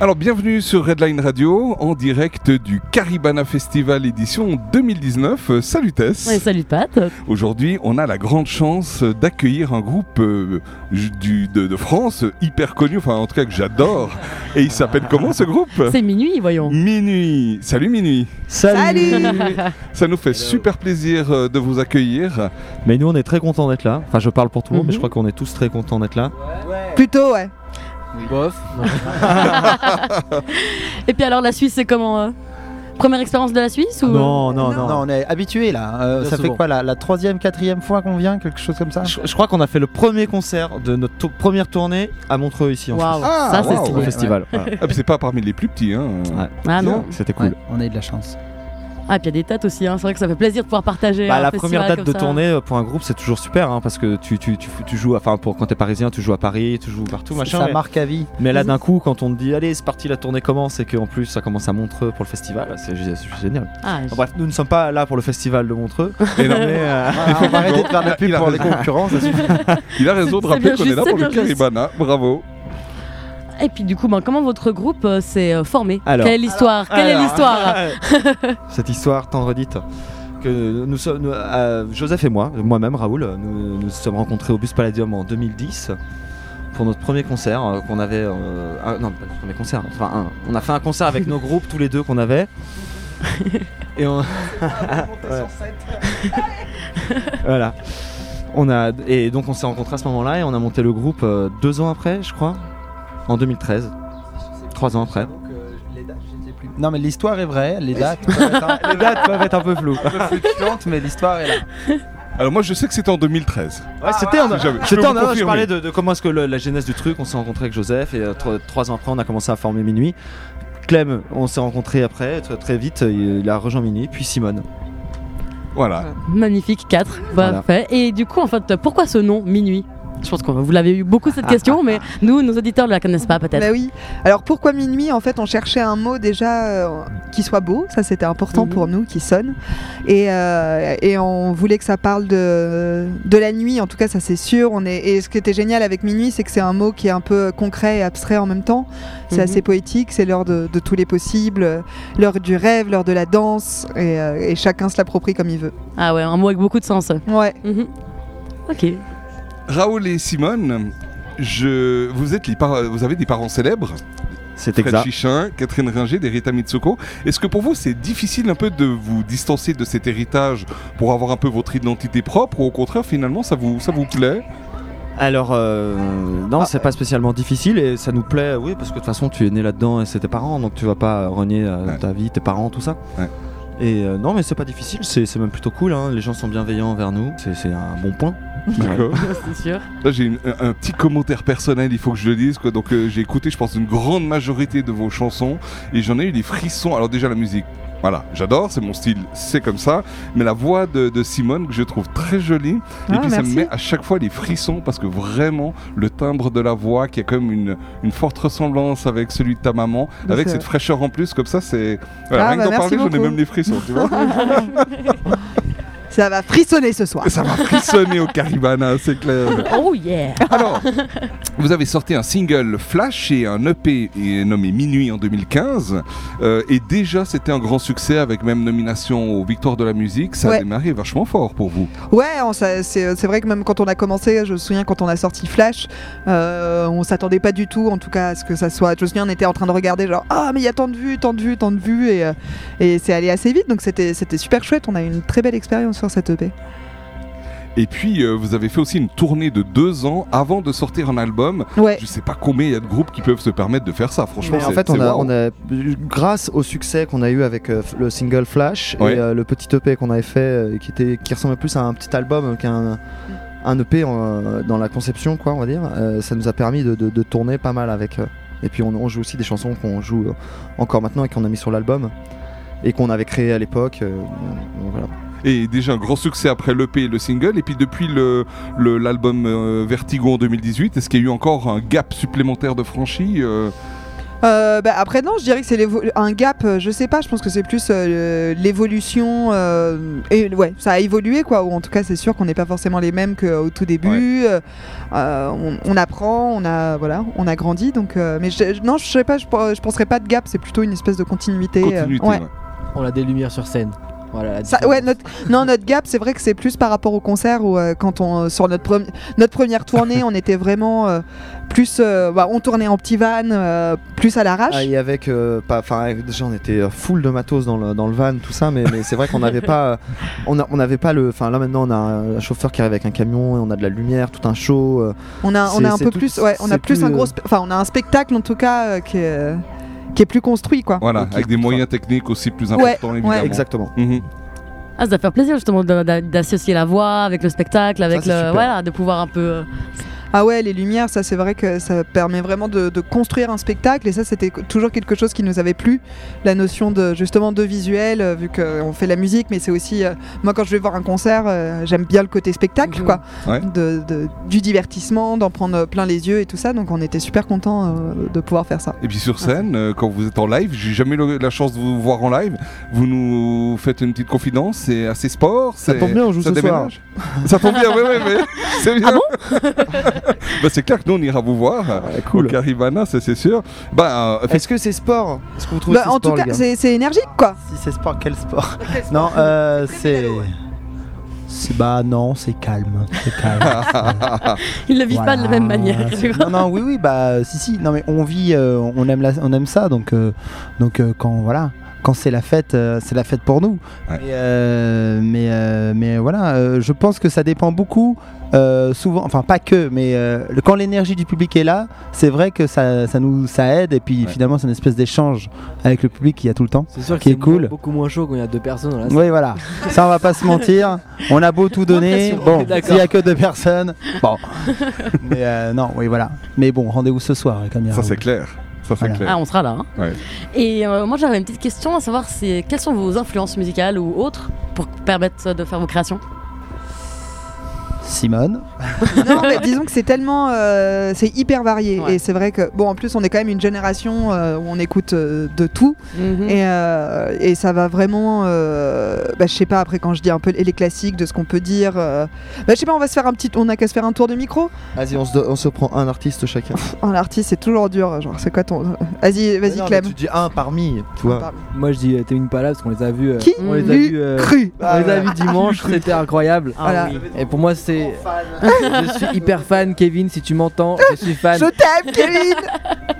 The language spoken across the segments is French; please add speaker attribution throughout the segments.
Speaker 1: Alors bienvenue sur Redline Radio en direct du Caribana Festival édition 2019. Euh, Salut Tess.
Speaker 2: Ouais, salut Pat.
Speaker 1: Aujourd'hui, on a la grande chance d'accueillir un groupe euh, ju- du- de, de France euh, hyper connu, enfin en tout cas que j'adore. Et il s'appelle comment ce groupe
Speaker 2: C'est minuit, voyons.
Speaker 3: Mm.
Speaker 1: Minuit. Salut Minuit.
Speaker 3: Salut,
Speaker 1: Ça nous fait super plaisir euh, de vous accueillir.
Speaker 3: Mais nous on est très contents d'être là. Enfin je parle pour tout le monde, mais je
Speaker 2: Mhm.
Speaker 3: crois qu'on est tous très contents d'être là.
Speaker 4: Plutôt, ouais.
Speaker 5: Bof.
Speaker 2: Et puis alors, la Suisse, c'est comment euh, Première expérience de la Suisse ou
Speaker 3: Ah
Speaker 2: euh,
Speaker 3: Non, non, non.
Speaker 5: Non, on est habitué là. hein. Euh,
Speaker 6: Bien
Speaker 5: ça
Speaker 6: souvent.
Speaker 5: fait quoi la, la troisième, quatrième fois qu'on vient Quelque chose comme ça
Speaker 3: Je, je crois qu'on a fait le premier concert de notre tou- première tournée à Montreux ici en
Speaker 2: Waouh,
Speaker 3: Suisse.
Speaker 1: Ah,
Speaker 2: ça c'est
Speaker 1: waouh,
Speaker 3: Au
Speaker 2: stylé.
Speaker 1: ouais.
Speaker 3: festival.
Speaker 1: Ah, mais c'est pas parmi les plus petits. Hein.
Speaker 3: Ouais.
Speaker 2: Ah non.
Speaker 1: Bien.
Speaker 3: C'était cool.
Speaker 5: Ouais, On a eu de la chance.
Speaker 2: Ah, et puis il y a des têtes aussi, hein. c'est vrai que ça fait plaisir de pouvoir partager.
Speaker 3: Bah,
Speaker 2: un
Speaker 3: la
Speaker 2: festival
Speaker 3: première date
Speaker 2: comme
Speaker 3: de
Speaker 2: ça.
Speaker 3: tournée euh, pour un groupe c'est toujours super hein, parce que tu, tu, tu, fous- tu joues, enfin pour quand t'es parisien tu joues à Paris, tu joues partout machin.
Speaker 5: ça
Speaker 3: mais,
Speaker 5: marque à vie.
Speaker 3: mais là d'un coup quand on te dit allez c'est parti la tournée commence et qu'en plus ça commence à Montreux pour le festival, c'est gé- c'est génial.
Speaker 2: Ah,
Speaker 3: Enfin, bref nous ne sommes pas là pour le festival de Montreux.
Speaker 1: Et non,
Speaker 3: mais, euh,
Speaker 5: Voilà, on va Ah, arrêter de faire de la
Speaker 1: Il
Speaker 5: pub
Speaker 1: a
Speaker 5: pour les
Speaker 1: raison.
Speaker 5: concurrents. ça suffit.
Speaker 1: Il a raison de
Speaker 2: C'est
Speaker 1: rappeler
Speaker 2: bien
Speaker 1: qu'on est
Speaker 2: juste,
Speaker 1: là
Speaker 2: c'est
Speaker 1: pour le
Speaker 2: bien juste.
Speaker 1: Caribana. Bravo.
Speaker 2: Et puis du coup, ben, comment votre groupe euh, s'est euh, formé
Speaker 3: Alors.
Speaker 2: Quelle est l'histoire Quelle est
Speaker 3: Alors.
Speaker 2: l'histoire
Speaker 3: Cette histoire tant redite que nous sommes, nous, euh, Joseph et moi, moi-même Raoul, nous nous sommes rencontrés au Bus Palladium en 2010 pour notre premier concert euh, qu'on avait, euh, un- non pas notre premier concert, enfin un. on a fait un concert avec nos groupes tous les deux qu'on avait. Et on, Ouais. voilà. On a et donc on s'est rencontrés à ce moment-là et on a monté le groupe euh, deux ans après, je crois, en 2013, trois ans après.
Speaker 5: euh, Non, mais l'histoire est vraie. Les dates
Speaker 3: Les dates peuvent être un peu floues.
Speaker 5: fluctuantes, mais l'histoire est là.
Speaker 1: Alors moi je sais que c'était en 2013.
Speaker 3: Ouais, c'était en,
Speaker 1: Si jamais. Ah, Je
Speaker 3: Ah, bah, C'était
Speaker 1: peux
Speaker 3: en
Speaker 1: vous
Speaker 3: non, je
Speaker 1: confirmer.
Speaker 3: parlais de, de comment est-ce que le- la genèse du truc, on s'est rencontré avec Joseph et euh, tro- trois ans après on a commencé à former Minuit. Clem, on s'est rencontré après, très, très vite, il il a rejoint Minuit, puis Simone.
Speaker 1: Voilà.
Speaker 2: Magnifique, 4,
Speaker 3: Voilà.
Speaker 2: parfait. Et du coup, en fait, pourquoi ce nom Minuit Je pense que vous l'avez eu beaucoup
Speaker 3: Ah.
Speaker 2: cette question, mais nous, nos auditeurs ne la connaissent pas peut-être.
Speaker 4: Bah oui. Alors pourquoi minuit En fait, on cherchait un mot déjà euh, qui soit beau, ça c'était important
Speaker 2: Mhm.
Speaker 4: pour nous, qui sonne. Et, euh, et on voulait que ça parle de, de la nuit, en tout cas ça c'est sûr. On est, et ce qui était génial avec minuit, c'est que c'est un mot qui est un peu euh, concret et abstrait en même temps. C'est
Speaker 2: Mhm.
Speaker 4: assez poétique, c'est l'heure de, de tous les possibles, euh, l'heure du rêve, l'heure de la danse, et, euh, et chacun se l'approprie comme il veut.
Speaker 2: Ah ouais, un mot avec beaucoup de sens.
Speaker 4: Ouais.
Speaker 2: Mhm. Ok.
Speaker 1: Raoul et Simone, je... vous, êtes les par- vous avez des parents célèbres.
Speaker 3: C'est
Speaker 1: Fred
Speaker 3: exact.
Speaker 1: Chichin, Catherine Ringer, d'Erita Mitsuko. Est-ce que pour vous c'est difficile un peu de vous distancer de cet héritage pour avoir un peu votre identité propre ou au contraire finalement ça vous, ça vous plaît
Speaker 3: Alors, euh,
Speaker 1: Ah.
Speaker 3: non, c'est pas spécialement difficile et ça nous plaît, oui, parce que de toute façon tu es né là-dedans et c'est tes parents, donc tu vas pas renier euh,
Speaker 1: Ouais.
Speaker 3: ta vie, tes parents, tout ça.
Speaker 1: Ouais.
Speaker 3: Et euh, non, mais c'est pas difficile, c'est c'est même plutôt cool, hein, les gens sont bienveillants envers nous, c'est c'est un bon point.
Speaker 1: D'accord.
Speaker 2: C'est sûr.
Speaker 1: Là j'ai une- un, un petit commentaire personnel, il faut que je le dise. Quoi. Donc euh, j'ai écouté je pense une grande majorité de vos chansons et j'en ai eu des frissons. Alors déjà la musique. Voilà, j'adore, c'est mon style, c'est comme ça. Mais la voix de, de Simone, que je trouve très jolie, et
Speaker 4: Ah,
Speaker 1: puis ça me
Speaker 4: merci.
Speaker 1: met à chaque fois des frissons parce que vraiment, le timbre de la voix qui a comme une, une forte ressemblance avec celui de ta maman,
Speaker 4: Bah,
Speaker 1: avec
Speaker 4: c'est
Speaker 1: cette
Speaker 4: vrai.
Speaker 1: fraîcheur en plus, comme ça, c'est. Voilà,
Speaker 4: Ah,
Speaker 1: rien que
Speaker 4: bah,
Speaker 1: d'en
Speaker 4: merci
Speaker 1: parler, j'en ai
Speaker 4: beaucoup.
Speaker 1: même des frissons, tu vois.
Speaker 4: Ça va frissonner ce soir.
Speaker 1: ça m'a frissonné au Caribana, c'est clair.
Speaker 2: Oh yeah
Speaker 1: Alors, vous avez sorti un single Flash et un EP et- nommé Minuit en 2015. euh, et déjà, c'était un grand succès avec même nomination aux Victoires de la musique. Ça a
Speaker 4: Ouais.
Speaker 1: démarré vachement fort pour vous.
Speaker 4: Ouais, on s'a- c'est c'est vrai que même quand on a commencé, je me souviens quand on a sorti Flash, euh, on s'attendait pas du tout, en tout cas, à ce que ça soit. Je me souviens, on était en train de regarder, genre, ah, mais il y a tant de vues, tant de vues, tant de vues, et, euh, et c'est allé assez vite, donc c'était c'était super chouette. On a eu une très belle expérience sur cette E EP.
Speaker 1: Et puis, euh, vous avez fait aussi une tournée de deux ans avant de sortir un album.
Speaker 4: Ouais,
Speaker 1: Je sais pas combien il y a de groupes qui peuvent se permettre de faire ça. Franchement,
Speaker 3: Mais en
Speaker 1: c'est-
Speaker 3: fait,
Speaker 1: c'est
Speaker 3: on a,
Speaker 1: wow.
Speaker 6: on a- grâce au succès qu'on a eu avec euh, le single Flash
Speaker 1: Ouais.
Speaker 6: et euh, le petit EP qu'on avait fait, euh, qui était qui ressemblait plus à un petit album qu'un un EP en, euh, dans la conception, quoi, on va dire. euh, ça nous a permis de, de- de tourner pas mal avec. euh, et puis on, on joue aussi des chansons qu'on joue euh, encore maintenant et qu'on a mis sur l'album et qu'on avait créé à l'époque. euh, on- on- voilà.
Speaker 1: Et déjà un grand succès après l'EP et le single. Et puis, depuis l'album le, l'album euh, Vertigo en 2018, est-ce qu'il y a eu encore un gap supplémentaire de franchi euh,
Speaker 4: Euh, bah, après, non, je dirais que c'est l'évo- un gap, euh, je sais pas, je pense que c'est plus euh, l'évolution. euh, et ouais, ça a évolué quoi, ou en tout cas, c'est sûr qu'on n'est pas forcément les mêmes qu'au tout début. euh, euh, on, on apprend, on a, voilà, on a grandi, donc. euh, mais je- non, je sais pas, je, pe- je penserais pas de gap, c'est plutôt une espèce de continuité. euh,
Speaker 1: Continuité.
Speaker 4: ouais.
Speaker 1: ouais.
Speaker 7: On a des lumières sur scène. Voilà. la
Speaker 4: Ça,
Speaker 7: différence.
Speaker 4: ouais, notre, non, notre gap, c'est vrai que c'est plus par rapport au concert où euh, quand on euh, sur notre, premi- notre première tournée, on était vraiment euh, plus, euh, bah, on tournait en petit van, euh, plus à l'arrache.
Speaker 3: Ah, et avec, euh, pas, enfin, avec- déjà on était euh, full de matos dans le, dans le van, tout ça, mais, mais c'est vrai qu'on n'avait pas, euh, on a- on n'avait pas le, enfin là maintenant on a un chauffeur qui arrive avec un camion et on a de la lumière, tout un show. euh,
Speaker 4: on a, on
Speaker 3: c'est-
Speaker 4: a un
Speaker 3: c'est
Speaker 4: peu
Speaker 3: tout-
Speaker 4: plus, ouais, on a
Speaker 3: c'est
Speaker 4: plus
Speaker 3: plus,
Speaker 4: un gros,
Speaker 3: euh,
Speaker 4: spe- enfin, on a un spectacle en tout cas euh, qui est, euh, qui est plus construit quoi.
Speaker 1: Voilà,
Speaker 3: Ok.
Speaker 1: avec des moyens techniques aussi plus importants, évidemment.
Speaker 3: Exactement.
Speaker 1: Mhm.
Speaker 2: Ah, ça doit faire plaisir justement d'a- d'a- d'associer la voix avec le spectacle, avec
Speaker 3: c'est
Speaker 2: le.
Speaker 3: super.
Speaker 2: Voilà, de pouvoir un peu. euh,
Speaker 4: Ah ouais, les lumières, ça c'est vrai que ça permet vraiment de, de construire un spectacle et ça c'était co- toujours quelque chose qui nous avait plu, la notion de justement de visuel, euh, vu qu'on fait la musique, mais c'est aussi, euh, moi quand je vais voir un concert, euh, j'aime bien le côté spectacle,
Speaker 2: Mhm.
Speaker 4: quoi,
Speaker 1: Ouais.
Speaker 4: de, de- du divertissement, d'en prendre euh, plein les yeux et tout ça, donc on était super contents euh, de pouvoir faire ça.
Speaker 1: Et puis sur scène, euh, quand vous êtes en live, j'ai jamais eu la chance de vous voir en live. Vous nous faites une petite confidence, c'est assez sport.
Speaker 3: Ça
Speaker 1: c'est-
Speaker 3: tombe bien, on joue
Speaker 1: ça
Speaker 3: ce soir. Ah
Speaker 1: déménage Ça tombe bien, oui, oui, mais c'est bien. bah, c'est clair que nous, on ira vous voir.
Speaker 3: Ouais, Ah, bah, cool. Ah,
Speaker 1: Au Caribana, ça c'est sûr. Bah, euh,
Speaker 3: Est-ce que c'est sport Est-ce que vous trouvez
Speaker 4: Bah,
Speaker 3: que c'est
Speaker 4: en
Speaker 3: sport,
Speaker 4: tout
Speaker 3: les
Speaker 4: cas,
Speaker 3: gars
Speaker 4: c'est c'est énergique quoi.
Speaker 5: Si c'est sport, quel sport Non, euh, c'est. c'est- Bah non, c'est calme. C'est calme.
Speaker 2: Ils le vivent pas de la
Speaker 5: Voilà.
Speaker 2: même manière. tu vois.
Speaker 5: Non, non, oui, oui, bah euh, si, si. Non, mais on vit, euh, on aime, la- on aime ça, donc, euh, donc euh, quand voilà, quand c'est la fête, euh, c'est la fête pour nous.
Speaker 1: Ouais.
Speaker 5: Mais, euh, mais, euh, mais voilà, euh, je pense que ça dépend beaucoup, euh, souvent, enfin pas que, mais euh, le- quand l'énergie du public est là, c'est vrai que ça, ça nous, ça aide, et puis
Speaker 1: Ouais.
Speaker 5: finalement c'est une espèce d'échange avec le public qu'il y a tout le temps.
Speaker 7: C'est sûr que
Speaker 5: Qui est
Speaker 7: c'est
Speaker 5: cool.
Speaker 7: beaucoup moins chaud quand il y a deux personnes dans la salle.
Speaker 5: Oui, voilà. Ça, on va pas se mentir. On a beau tout donner.
Speaker 7: Impression.
Speaker 5: Bon,
Speaker 7: D'accord.
Speaker 5: s'il y a que deux personnes. Bon. Mais euh, non, oui, voilà. Mais bon, rendez-vous ce soir, comme il
Speaker 1: ça c'est clair. Ça c'est
Speaker 5: Voilà.
Speaker 1: clair.
Speaker 2: Ah, on sera là. hein.
Speaker 1: Ouais.
Speaker 2: Et euh, moi, j'avais une petite question à savoir c'est quelles sont vos influences musicales ou autres pour permettre euh, de faire vos créations
Speaker 5: Simone.
Speaker 4: Non, mais disons que c'est tellement. euh, c'est hyper varié.
Speaker 2: Ouais.
Speaker 4: Et c'est vrai que. Bon, en plus, on est quand même une génération euh, où on écoute euh, de tout.
Speaker 3: Mm.
Speaker 4: Et, euh, et ça va vraiment. euh, bah, je sais pas, après, quand je dis un peu les classiques de ce qu'on peut dire. euh, bah, je sais pas, on va se faire un petit. On a qu'à se faire un tour de micro.
Speaker 3: Vas-y, on se, do- on se prend un artiste chacun.
Speaker 4: Oh, L'artiste, c'est toujours dur. Genre, c'est quoi ton. Vas-y,
Speaker 3: Mais
Speaker 4: vas-y,
Speaker 3: non, mais
Speaker 4: Clem.
Speaker 3: Tu dis un parmi, tu vois.
Speaker 4: Pardon.
Speaker 7: Moi je dis euh, Tame Impala parce qu'on les a vus. euh,
Speaker 4: Qui
Speaker 7: on les a
Speaker 4: l'eût
Speaker 7: vus. euh,
Speaker 4: Cru.
Speaker 3: bah,
Speaker 4: Ah,
Speaker 6: Ah
Speaker 7: on les a vus dimanche, c'était incroyable.
Speaker 2: Ah
Speaker 4: Voilà.
Speaker 2: oui.
Speaker 7: Et pour moi c'est, je suis hyper fan Kevin si tu m'entends, je suis fan.
Speaker 4: Je t'aime, Kevin
Speaker 3: euh,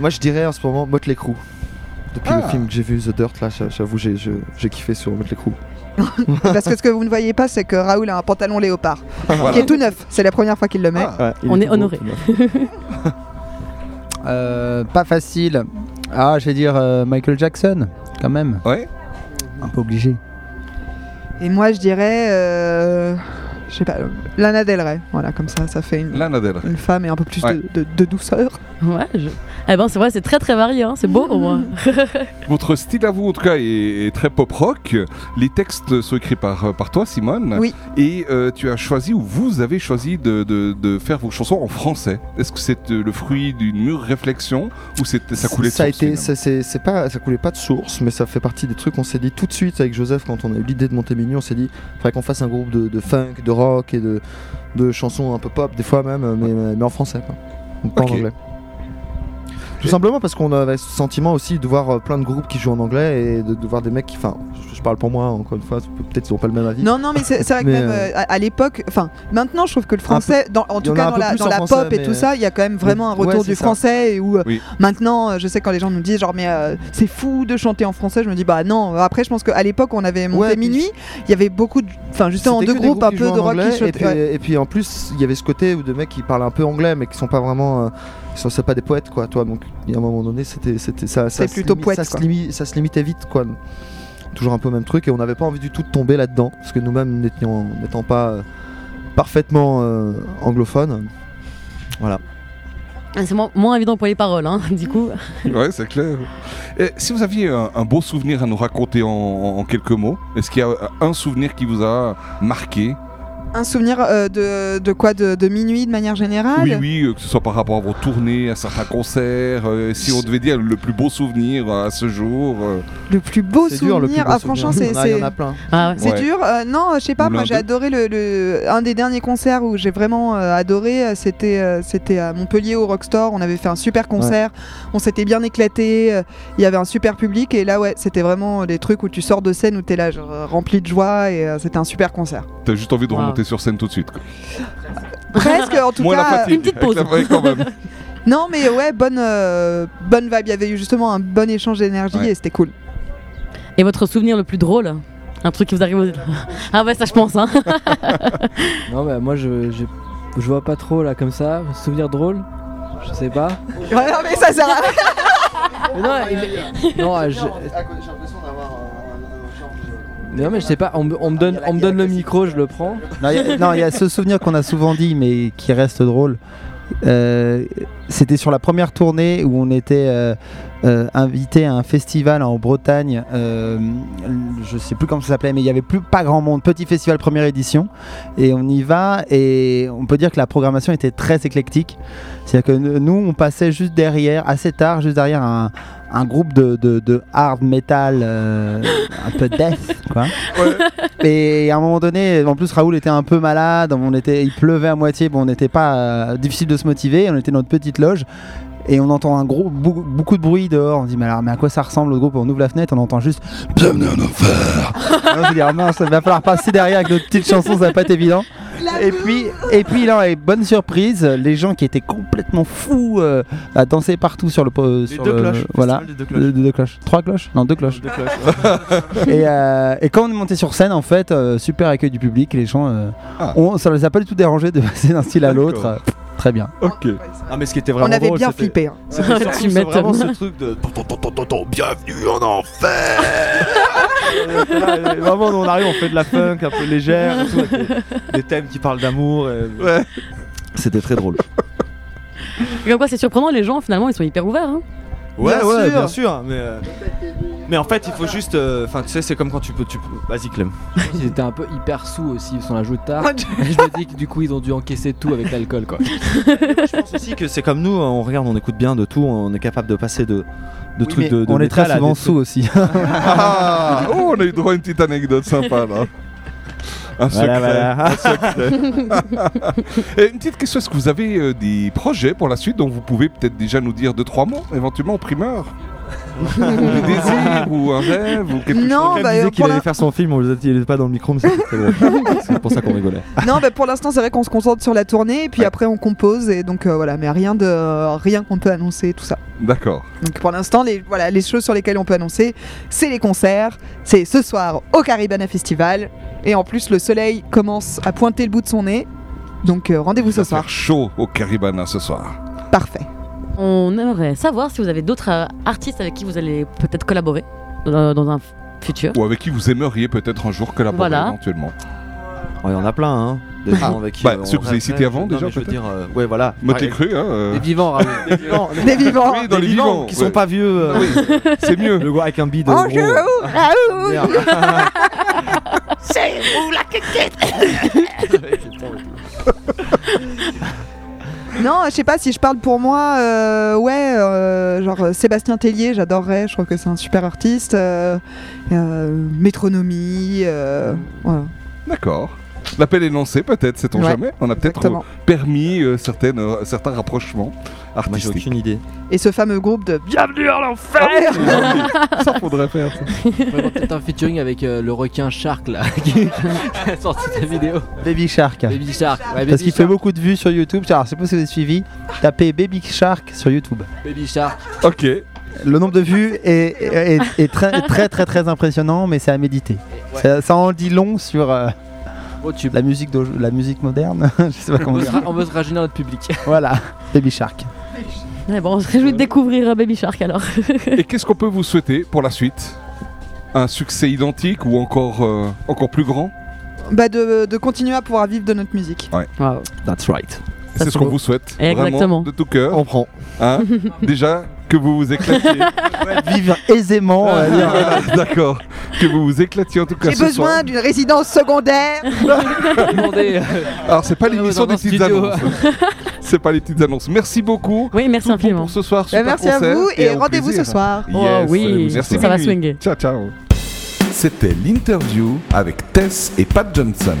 Speaker 3: Moi je dirais en ce moment Motley Crue. Depuis
Speaker 1: Ah.
Speaker 3: le film que j'ai vu The Dirt, là, j'a- j'avoue, j'ai je- j'ai kiffé sur Motley Crue.
Speaker 4: Parce que ce que vous ne voyez pas, c'est que Raoul a un pantalon léopard. Qui est tout neuf. C'est la première fois qu'il le met.
Speaker 1: Ah.
Speaker 3: Ouais, il
Speaker 2: On est
Speaker 3: tout beau,
Speaker 2: honoré.
Speaker 3: tout neuf.
Speaker 5: Euh, pas facile. Ah, je vais dire euh, Michael Jackson, quand même.
Speaker 1: Ouais.
Speaker 5: Un peu obligé.
Speaker 4: Et moi, je dirais. euh, je sais pas, euh, Lana Del Rey. Voilà, comme ça, ça fait une,
Speaker 1: Lana Del Rey.
Speaker 4: une femme et un peu plus
Speaker 1: Ouais.
Speaker 4: de, de- de douceur.
Speaker 2: Ouais, je- Eh ben, c'est vrai, c'est très très varié, hein. c'est beau au moins.
Speaker 1: Votre style à vous, en tout cas, est, est très pop rock. Les textes sont écrits par, par toi, Simone.
Speaker 4: Oui.
Speaker 1: Et euh, tu as choisi, ou vous avez choisi, de, de- de faire vos chansons en français. Est-ce que c'est euh, le fruit d'une mûre réflexion ou c'est- ça coulait de
Speaker 3: ça a
Speaker 1: source,
Speaker 3: été,
Speaker 1: finalement
Speaker 3: ça- c'est c'est pas, ça coulait pas de source, mais ça fait partie des trucs qu'on s'est dit tout de suite avec Joseph quand on a eu l'idée de monter Mignon, on s'est dit faudrait qu'on fasse un groupe de, de funk, de rock et de, de chansons un peu pop des fois même, mais, mais en français quoi. Donc, pas
Speaker 1: Ok.
Speaker 3: en anglais. Tout simplement parce qu'on avait ce sentiment aussi de voir euh, plein de groupes qui jouent en anglais et de, de voir des mecs qui, enfin, je, je parle pour moi encore une fois, peut-être ils ont pas le même avis.
Speaker 4: Non, non, mais c'est c'est vrai que
Speaker 3: Mais,
Speaker 4: même
Speaker 3: euh,
Speaker 4: euh, à, à l'époque, enfin, maintenant, je trouve que le français, dans- en
Speaker 3: il y
Speaker 4: tout
Speaker 3: en a
Speaker 4: cas
Speaker 3: un
Speaker 4: dans
Speaker 3: peu
Speaker 4: la,
Speaker 3: plus
Speaker 4: dans
Speaker 3: en
Speaker 4: la
Speaker 3: français,
Speaker 4: pop et
Speaker 3: mais,
Speaker 4: tout ça, il y a quand même vraiment un
Speaker 3: Ouais,
Speaker 4: retour
Speaker 3: c'est
Speaker 4: du
Speaker 3: ça.
Speaker 4: français et où euh,
Speaker 1: Oui.
Speaker 4: maintenant, euh, je sais quand les gens nous disent genre, mais euh, c'est fou de chanter en français, je me dis, bah non. Après, je pense qu'à l'époque, on avait monté
Speaker 3: Ouais, puis-
Speaker 4: Minuit, il y avait beaucoup de. Enfin, justement,
Speaker 3: C'était
Speaker 4: deux
Speaker 3: que des
Speaker 4: groupes un
Speaker 3: qui
Speaker 4: peu
Speaker 3: jouaient
Speaker 4: de
Speaker 3: en
Speaker 4: rock
Speaker 3: anglais,
Speaker 4: qui
Speaker 3: et, puis,
Speaker 4: chantaient. ouais.
Speaker 3: et puis en plus, il y avait ce côté où des mecs qui parlent un peu anglais mais qui sont pas vraiment. euh, ils sont c'est pas des poètes quoi, toi. Donc à un moment donné, c'était c'était ça. ça
Speaker 4: C'est
Speaker 3: se
Speaker 4: plutôt
Speaker 3: limi-
Speaker 4: poète,
Speaker 3: Ça, se
Speaker 4: quoi.
Speaker 3: limi- ça se limitait vite quoi. Toujours un peu le même truc et on n'avait pas envie du tout de tomber là-dedans parce que nous-mêmes n'étions- n'étant pas euh, parfaitement euh, anglophones. Voilà.
Speaker 2: Ah, C'est moins, moins évident pour les paroles, hein, du coup.
Speaker 1: Ouais, c'est clair. Et si vous aviez un, un beau souvenir euh, à nous raconter en, en quelques mots, est-ce qu'il y a un souvenir qui vous a marqué
Speaker 4: Un souvenir euh, de, de quoi de, de minuit de manière
Speaker 3: Ah,
Speaker 4: générale
Speaker 1: Oui, oui, euh, que ce soit par rapport à vos tournées, à certains concerts, euh, si on devait dire le plus beau souvenir euh, à ce jour. euh,
Speaker 4: Le plus beau
Speaker 6: C'est
Speaker 4: souvenir.
Speaker 6: dur, le plus beau
Speaker 4: ah, franchement,
Speaker 6: souvenir.
Speaker 4: c'est.
Speaker 6: Ah, Il y
Speaker 4: c'est-
Speaker 6: en a plein.
Speaker 2: Ah ouais.
Speaker 4: C'est
Speaker 1: Ouais.
Speaker 4: dur. Euh, non, je sais pas.
Speaker 1: Ou
Speaker 4: Moi,
Speaker 1: l'un
Speaker 4: j'ai
Speaker 1: d'eux.
Speaker 4: adoré le, le- un des derniers concerts où j'ai vraiment euh, adoré. euh, C'était euh, c'était à Montpellier au Rockstore. On avait fait un super concert. On s'était bien éclaté. euh, Il y avait un super public. Et là, ouais, c'était vraiment des trucs où tu sors de scène où t'es là genre, euh, rempli de joie et euh, c'était un super concert.
Speaker 1: T'as juste envie de
Speaker 2: Wow.
Speaker 1: remonter sur scène tout de suite. quoi.
Speaker 4: Presque en tout
Speaker 1: Moins la
Speaker 4: cas. euh,
Speaker 1: fatigue.
Speaker 2: une petite
Speaker 1: avec
Speaker 2: pause.
Speaker 1: la- ouais, quand même.
Speaker 4: non, mais ouais, bonne euh, bonne vibe. Il y avait eu justement un bon échange d'énergie
Speaker 1: Ouais.
Speaker 4: et c'était cool.
Speaker 2: Et votre souvenir le plus drôle Un truc qui vous arrive au... Ah ouais, ça je pense. Hein.
Speaker 7: Non, bah moi je, je, je vois pas trop là comme ça. Souvenir drôle Je sais pas.
Speaker 4: Ouais, non, mais ça sert à rien.
Speaker 7: Mais non, il- non, je,
Speaker 6: J'ai l'impression d'avoir euh, un genre Ah,
Speaker 7: non, mais je sais pas. On, me- on me donne, on me donne le micro, je le prends.
Speaker 5: Non, il y a- non, il y a ce souvenir qu'on a souvent dit, mais qui reste drôle. Euh, C'était sur la première tournée où on était euh, euh, invité à un festival en Bretagne. euh, je sais plus comment ça s'appelait, mais il n'y avait plus pas grand monde. Petit festival première édition. Et on y va et on peut dire que la programmation était très éclectique. C'est-à-dire que nous, on passait juste derrière, assez tard, juste derrière un, un groupe de, de- de hard metal, euh, un peu death, quoi. Et à un moment donné, en plus Raoul était un peu malade, on était, il pleuvait à moitié, bon, on n'était pas euh, difficile de se motiver, on était dans notre petite loge. Et on entend un gros, bou- beaucoup de bruit dehors. On se dit, mais alors, mais à quoi ça ressemble le groupe On ouvre la fenêtre, on entend juste Bienvenue en enfer Et On se dit, ah mince, il va falloir passer derrière avec notre petite chanson, ça va pas être évident. Et puis, et puis là, et bonne surprise, les gens qui étaient complètement fous euh, à danser partout sur le. po- sur le- Voilà. Deux, deux cloches. Trois cloches Non, deux cloches. et, euh, et quand on est monté sur scène, en fait, euh, super accueil du public. Les gens, euh,
Speaker 1: Ah.
Speaker 5: ont- ça les a pas du tout dérangé de passer d'un style à
Speaker 1: D'accord.
Speaker 5: l'autre. euh, Très bien.
Speaker 1: Ok.
Speaker 3: Ah, mais ce qui était vraiment
Speaker 4: On avait
Speaker 3: drôle,
Speaker 4: bien
Speaker 3: c'était-
Speaker 4: flippé. hein.
Speaker 3: c'était surtout
Speaker 2: Tu
Speaker 3: ce-
Speaker 2: m'étonnes.
Speaker 3: vraiment ce truc de ton, ton, ton, ton, ton, ton, bienvenue en enfer. vraiment, on arrive, on fait de la funk un peu légère, et tout, avec des, des thèmes qui parlent d'amour. et-
Speaker 1: Ouais.
Speaker 3: C'était très drôle.
Speaker 2: Comme quoi, c'est surprenant, les gens finalement ils sont hyper ouverts. hein.
Speaker 3: Ouais,
Speaker 4: Bien
Speaker 3: ouais,
Speaker 4: sûr.
Speaker 3: bien sûr, mais. euh, Mais en fait, il faut juste. euh, Enfin, tu sais, c'est comme quand tu peux. Tu... peux- Vas-y, Clem.
Speaker 7: Ils étaient un peu hyper sous aussi. Ils sont la joue tard. Et je me dis que du coup, ils ont dû encaisser tout avec l'alcool quoi.
Speaker 3: Je pense aussi que c'est comme nous, hein, on regarde, on écoute bien de tout, on est capable de passer de, de
Speaker 5: Oui,
Speaker 3: trucs
Speaker 5: mais
Speaker 3: de, de
Speaker 5: on est
Speaker 3: métal
Speaker 5: très
Speaker 3: à
Speaker 5: souvent
Speaker 3: des trucs-
Speaker 5: sous aussi.
Speaker 1: Ah, oh, on a eu droit à une petite anecdote sympa là. Un
Speaker 3: Voilà,
Speaker 1: secret.
Speaker 3: voilà.
Speaker 1: Et une petite question, est-ce que vous avez euh, des projets pour la suite dont vous pouvez peut-être déjà nous dire deux trois mots, éventuellement en primeur Des désirs ou un rêve ou quelque
Speaker 4: Non,
Speaker 1: chose
Speaker 4: bah,
Speaker 3: disait
Speaker 4: euh,
Speaker 3: qu'il
Speaker 4: pour
Speaker 3: allait
Speaker 4: la-
Speaker 3: faire son film, on le dit, il était pas dans le micro, mais c'était très drôle. C'est pour ça qu'on rigolait.
Speaker 4: non, bah, pour l'instant, c'est vrai qu'on se concentre sur la tournée et puis
Speaker 1: Ouais.
Speaker 4: après on compose et donc euh, voilà, mais rien de rien qu'on peut annoncer tout ça.
Speaker 1: D'accord.
Speaker 4: Donc pour l'instant, les voilà, les choses sur lesquelles on peut annoncer, c'est les concerts, c'est ce soir au Caribana Festival et en plus le soleil commence à pointer le bout de son nez. Donc euh, rendez-vous ce
Speaker 1: Ça va
Speaker 4: soir.
Speaker 1: faire chaud au Caribana ce soir.
Speaker 4: Parfait.
Speaker 2: On aimerait savoir si vous avez d'autres euh, artistes avec qui vous allez peut-être collaborer euh, dans un f- futur.
Speaker 1: Ou avec qui vous aimeriez peut-être un jour collaborer
Speaker 2: Voilà.
Speaker 1: éventuellement.
Speaker 3: Il y en a plein, hein. Des gens avec qui.
Speaker 1: Bah,
Speaker 3: euh,
Speaker 1: ceux
Speaker 3: on
Speaker 1: que vous avez cités
Speaker 3: rêverait.
Speaker 1: avant,
Speaker 3: Non,
Speaker 1: déjà,
Speaker 3: mais Je veux
Speaker 1: peut-être
Speaker 3: dire, euh, ouais, voilà.
Speaker 1: Motley Crue, hein euh.
Speaker 7: Les vivants, Raoul.
Speaker 4: Des vivants.
Speaker 1: Oui, dans
Speaker 3: Des
Speaker 1: les vivants.
Speaker 3: qui
Speaker 1: ouais. Ah
Speaker 3: sont pas vieux. euh,
Speaker 1: Oui, c'est mieux.
Speaker 3: Le gars avec un bide.
Speaker 4: Oh,
Speaker 3: gros.
Speaker 4: je
Speaker 3: Merde.
Speaker 4: Non, je sais pas si je parle pour moi. euh, ouais, euh, genre euh, Sébastien Tellier, j'adorerais. Je trouve que c'est un super artiste. euh, euh, métronomie. euh, voilà.
Speaker 1: D'accord. L'appel est lancé peut-être, sait-on
Speaker 4: Ouais,
Speaker 1: jamais. On a peut-être
Speaker 4: exactement.
Speaker 1: euh, permis euh, certaines, euh, certains rapprochements
Speaker 3: Moi, j'ai
Speaker 1: artistiques.
Speaker 3: aucune idée.
Speaker 4: Et ce fameux groupe de
Speaker 1: Ah ça faudrait faire. ça.
Speaker 7: On pourrait avoir peut-être un featuring avec euh, le requin Shark là qui qui a sorti sa vidéo.
Speaker 5: Baby Shark.
Speaker 7: Baby Shark. Ouais,
Speaker 5: Parce
Speaker 7: Baby
Speaker 5: qu'il fait
Speaker 7: Shark.
Speaker 5: beaucoup de vues sur YouTube. Alors, je sais pas si vous avez suivi. Tapez Baby Shark sur YouTube.
Speaker 7: Baby Shark.
Speaker 1: Ok.
Speaker 5: Le nombre de vues est, est- est très, très, très, très impressionnant, mais c'est à méditer.
Speaker 7: Ouais.
Speaker 5: Ça, ça en dit long sur euh,
Speaker 7: Gros tube.
Speaker 5: la, musique d'au- la musique moderne. je sais pas
Speaker 7: Oh, On
Speaker 5: comment
Speaker 7: veut, se
Speaker 5: dire.
Speaker 7: ra- on veut se rajeunir notre public.
Speaker 5: Voilà, Baby Shark.
Speaker 2: Ouais, bon, on se réjouit de découvrir euh, Baby Shark alors.
Speaker 1: Et qu'est-ce qu'on peut vous souhaiter pour la suite Un succès identique ou encore, euh, encore plus grand
Speaker 4: bah de, de continuer à pouvoir vivre de notre musique.
Speaker 3: That's right.
Speaker 2: Ça,
Speaker 1: C'est ce
Speaker 2: c'est
Speaker 1: qu'on
Speaker 2: beau.
Speaker 1: vous souhaite. Vraiment
Speaker 2: Exactement.
Speaker 1: de tout cœur.
Speaker 3: On prend.
Speaker 1: hein. Déjà que vous vous éclatiez.
Speaker 5: Vivre aisément, euh, on va dire.
Speaker 1: Voilà, D'accord. Que que vous vous éclatiez en tout cas ce
Speaker 4: J'ai
Speaker 1: soir.
Speaker 4: besoin d'une résidence secondaire.
Speaker 7: Demandez, euh,
Speaker 1: Alors c'est pas
Speaker 7: Dans
Speaker 1: l'émission
Speaker 7: un
Speaker 1: des petites
Speaker 7: studio.
Speaker 1: annonces. c'est pas les petites annonces. Merci beaucoup.
Speaker 2: Oui, merci
Speaker 1: Tout bon
Speaker 2: infiniment.
Speaker 1: pour ce soir.
Speaker 4: Bah,
Speaker 1: super
Speaker 4: merci à
Speaker 1: concert,
Speaker 4: vous et,
Speaker 1: au
Speaker 4: rendez-vous ce
Speaker 1: plaisir.
Speaker 4: soir.
Speaker 1: Yes,
Speaker 2: oh oui,
Speaker 1: merci
Speaker 2: ça va
Speaker 1: Minuit.
Speaker 2: swinger.
Speaker 1: Ciao ciao.
Speaker 8: C'était l'interview avec Tess et Pat Johnson.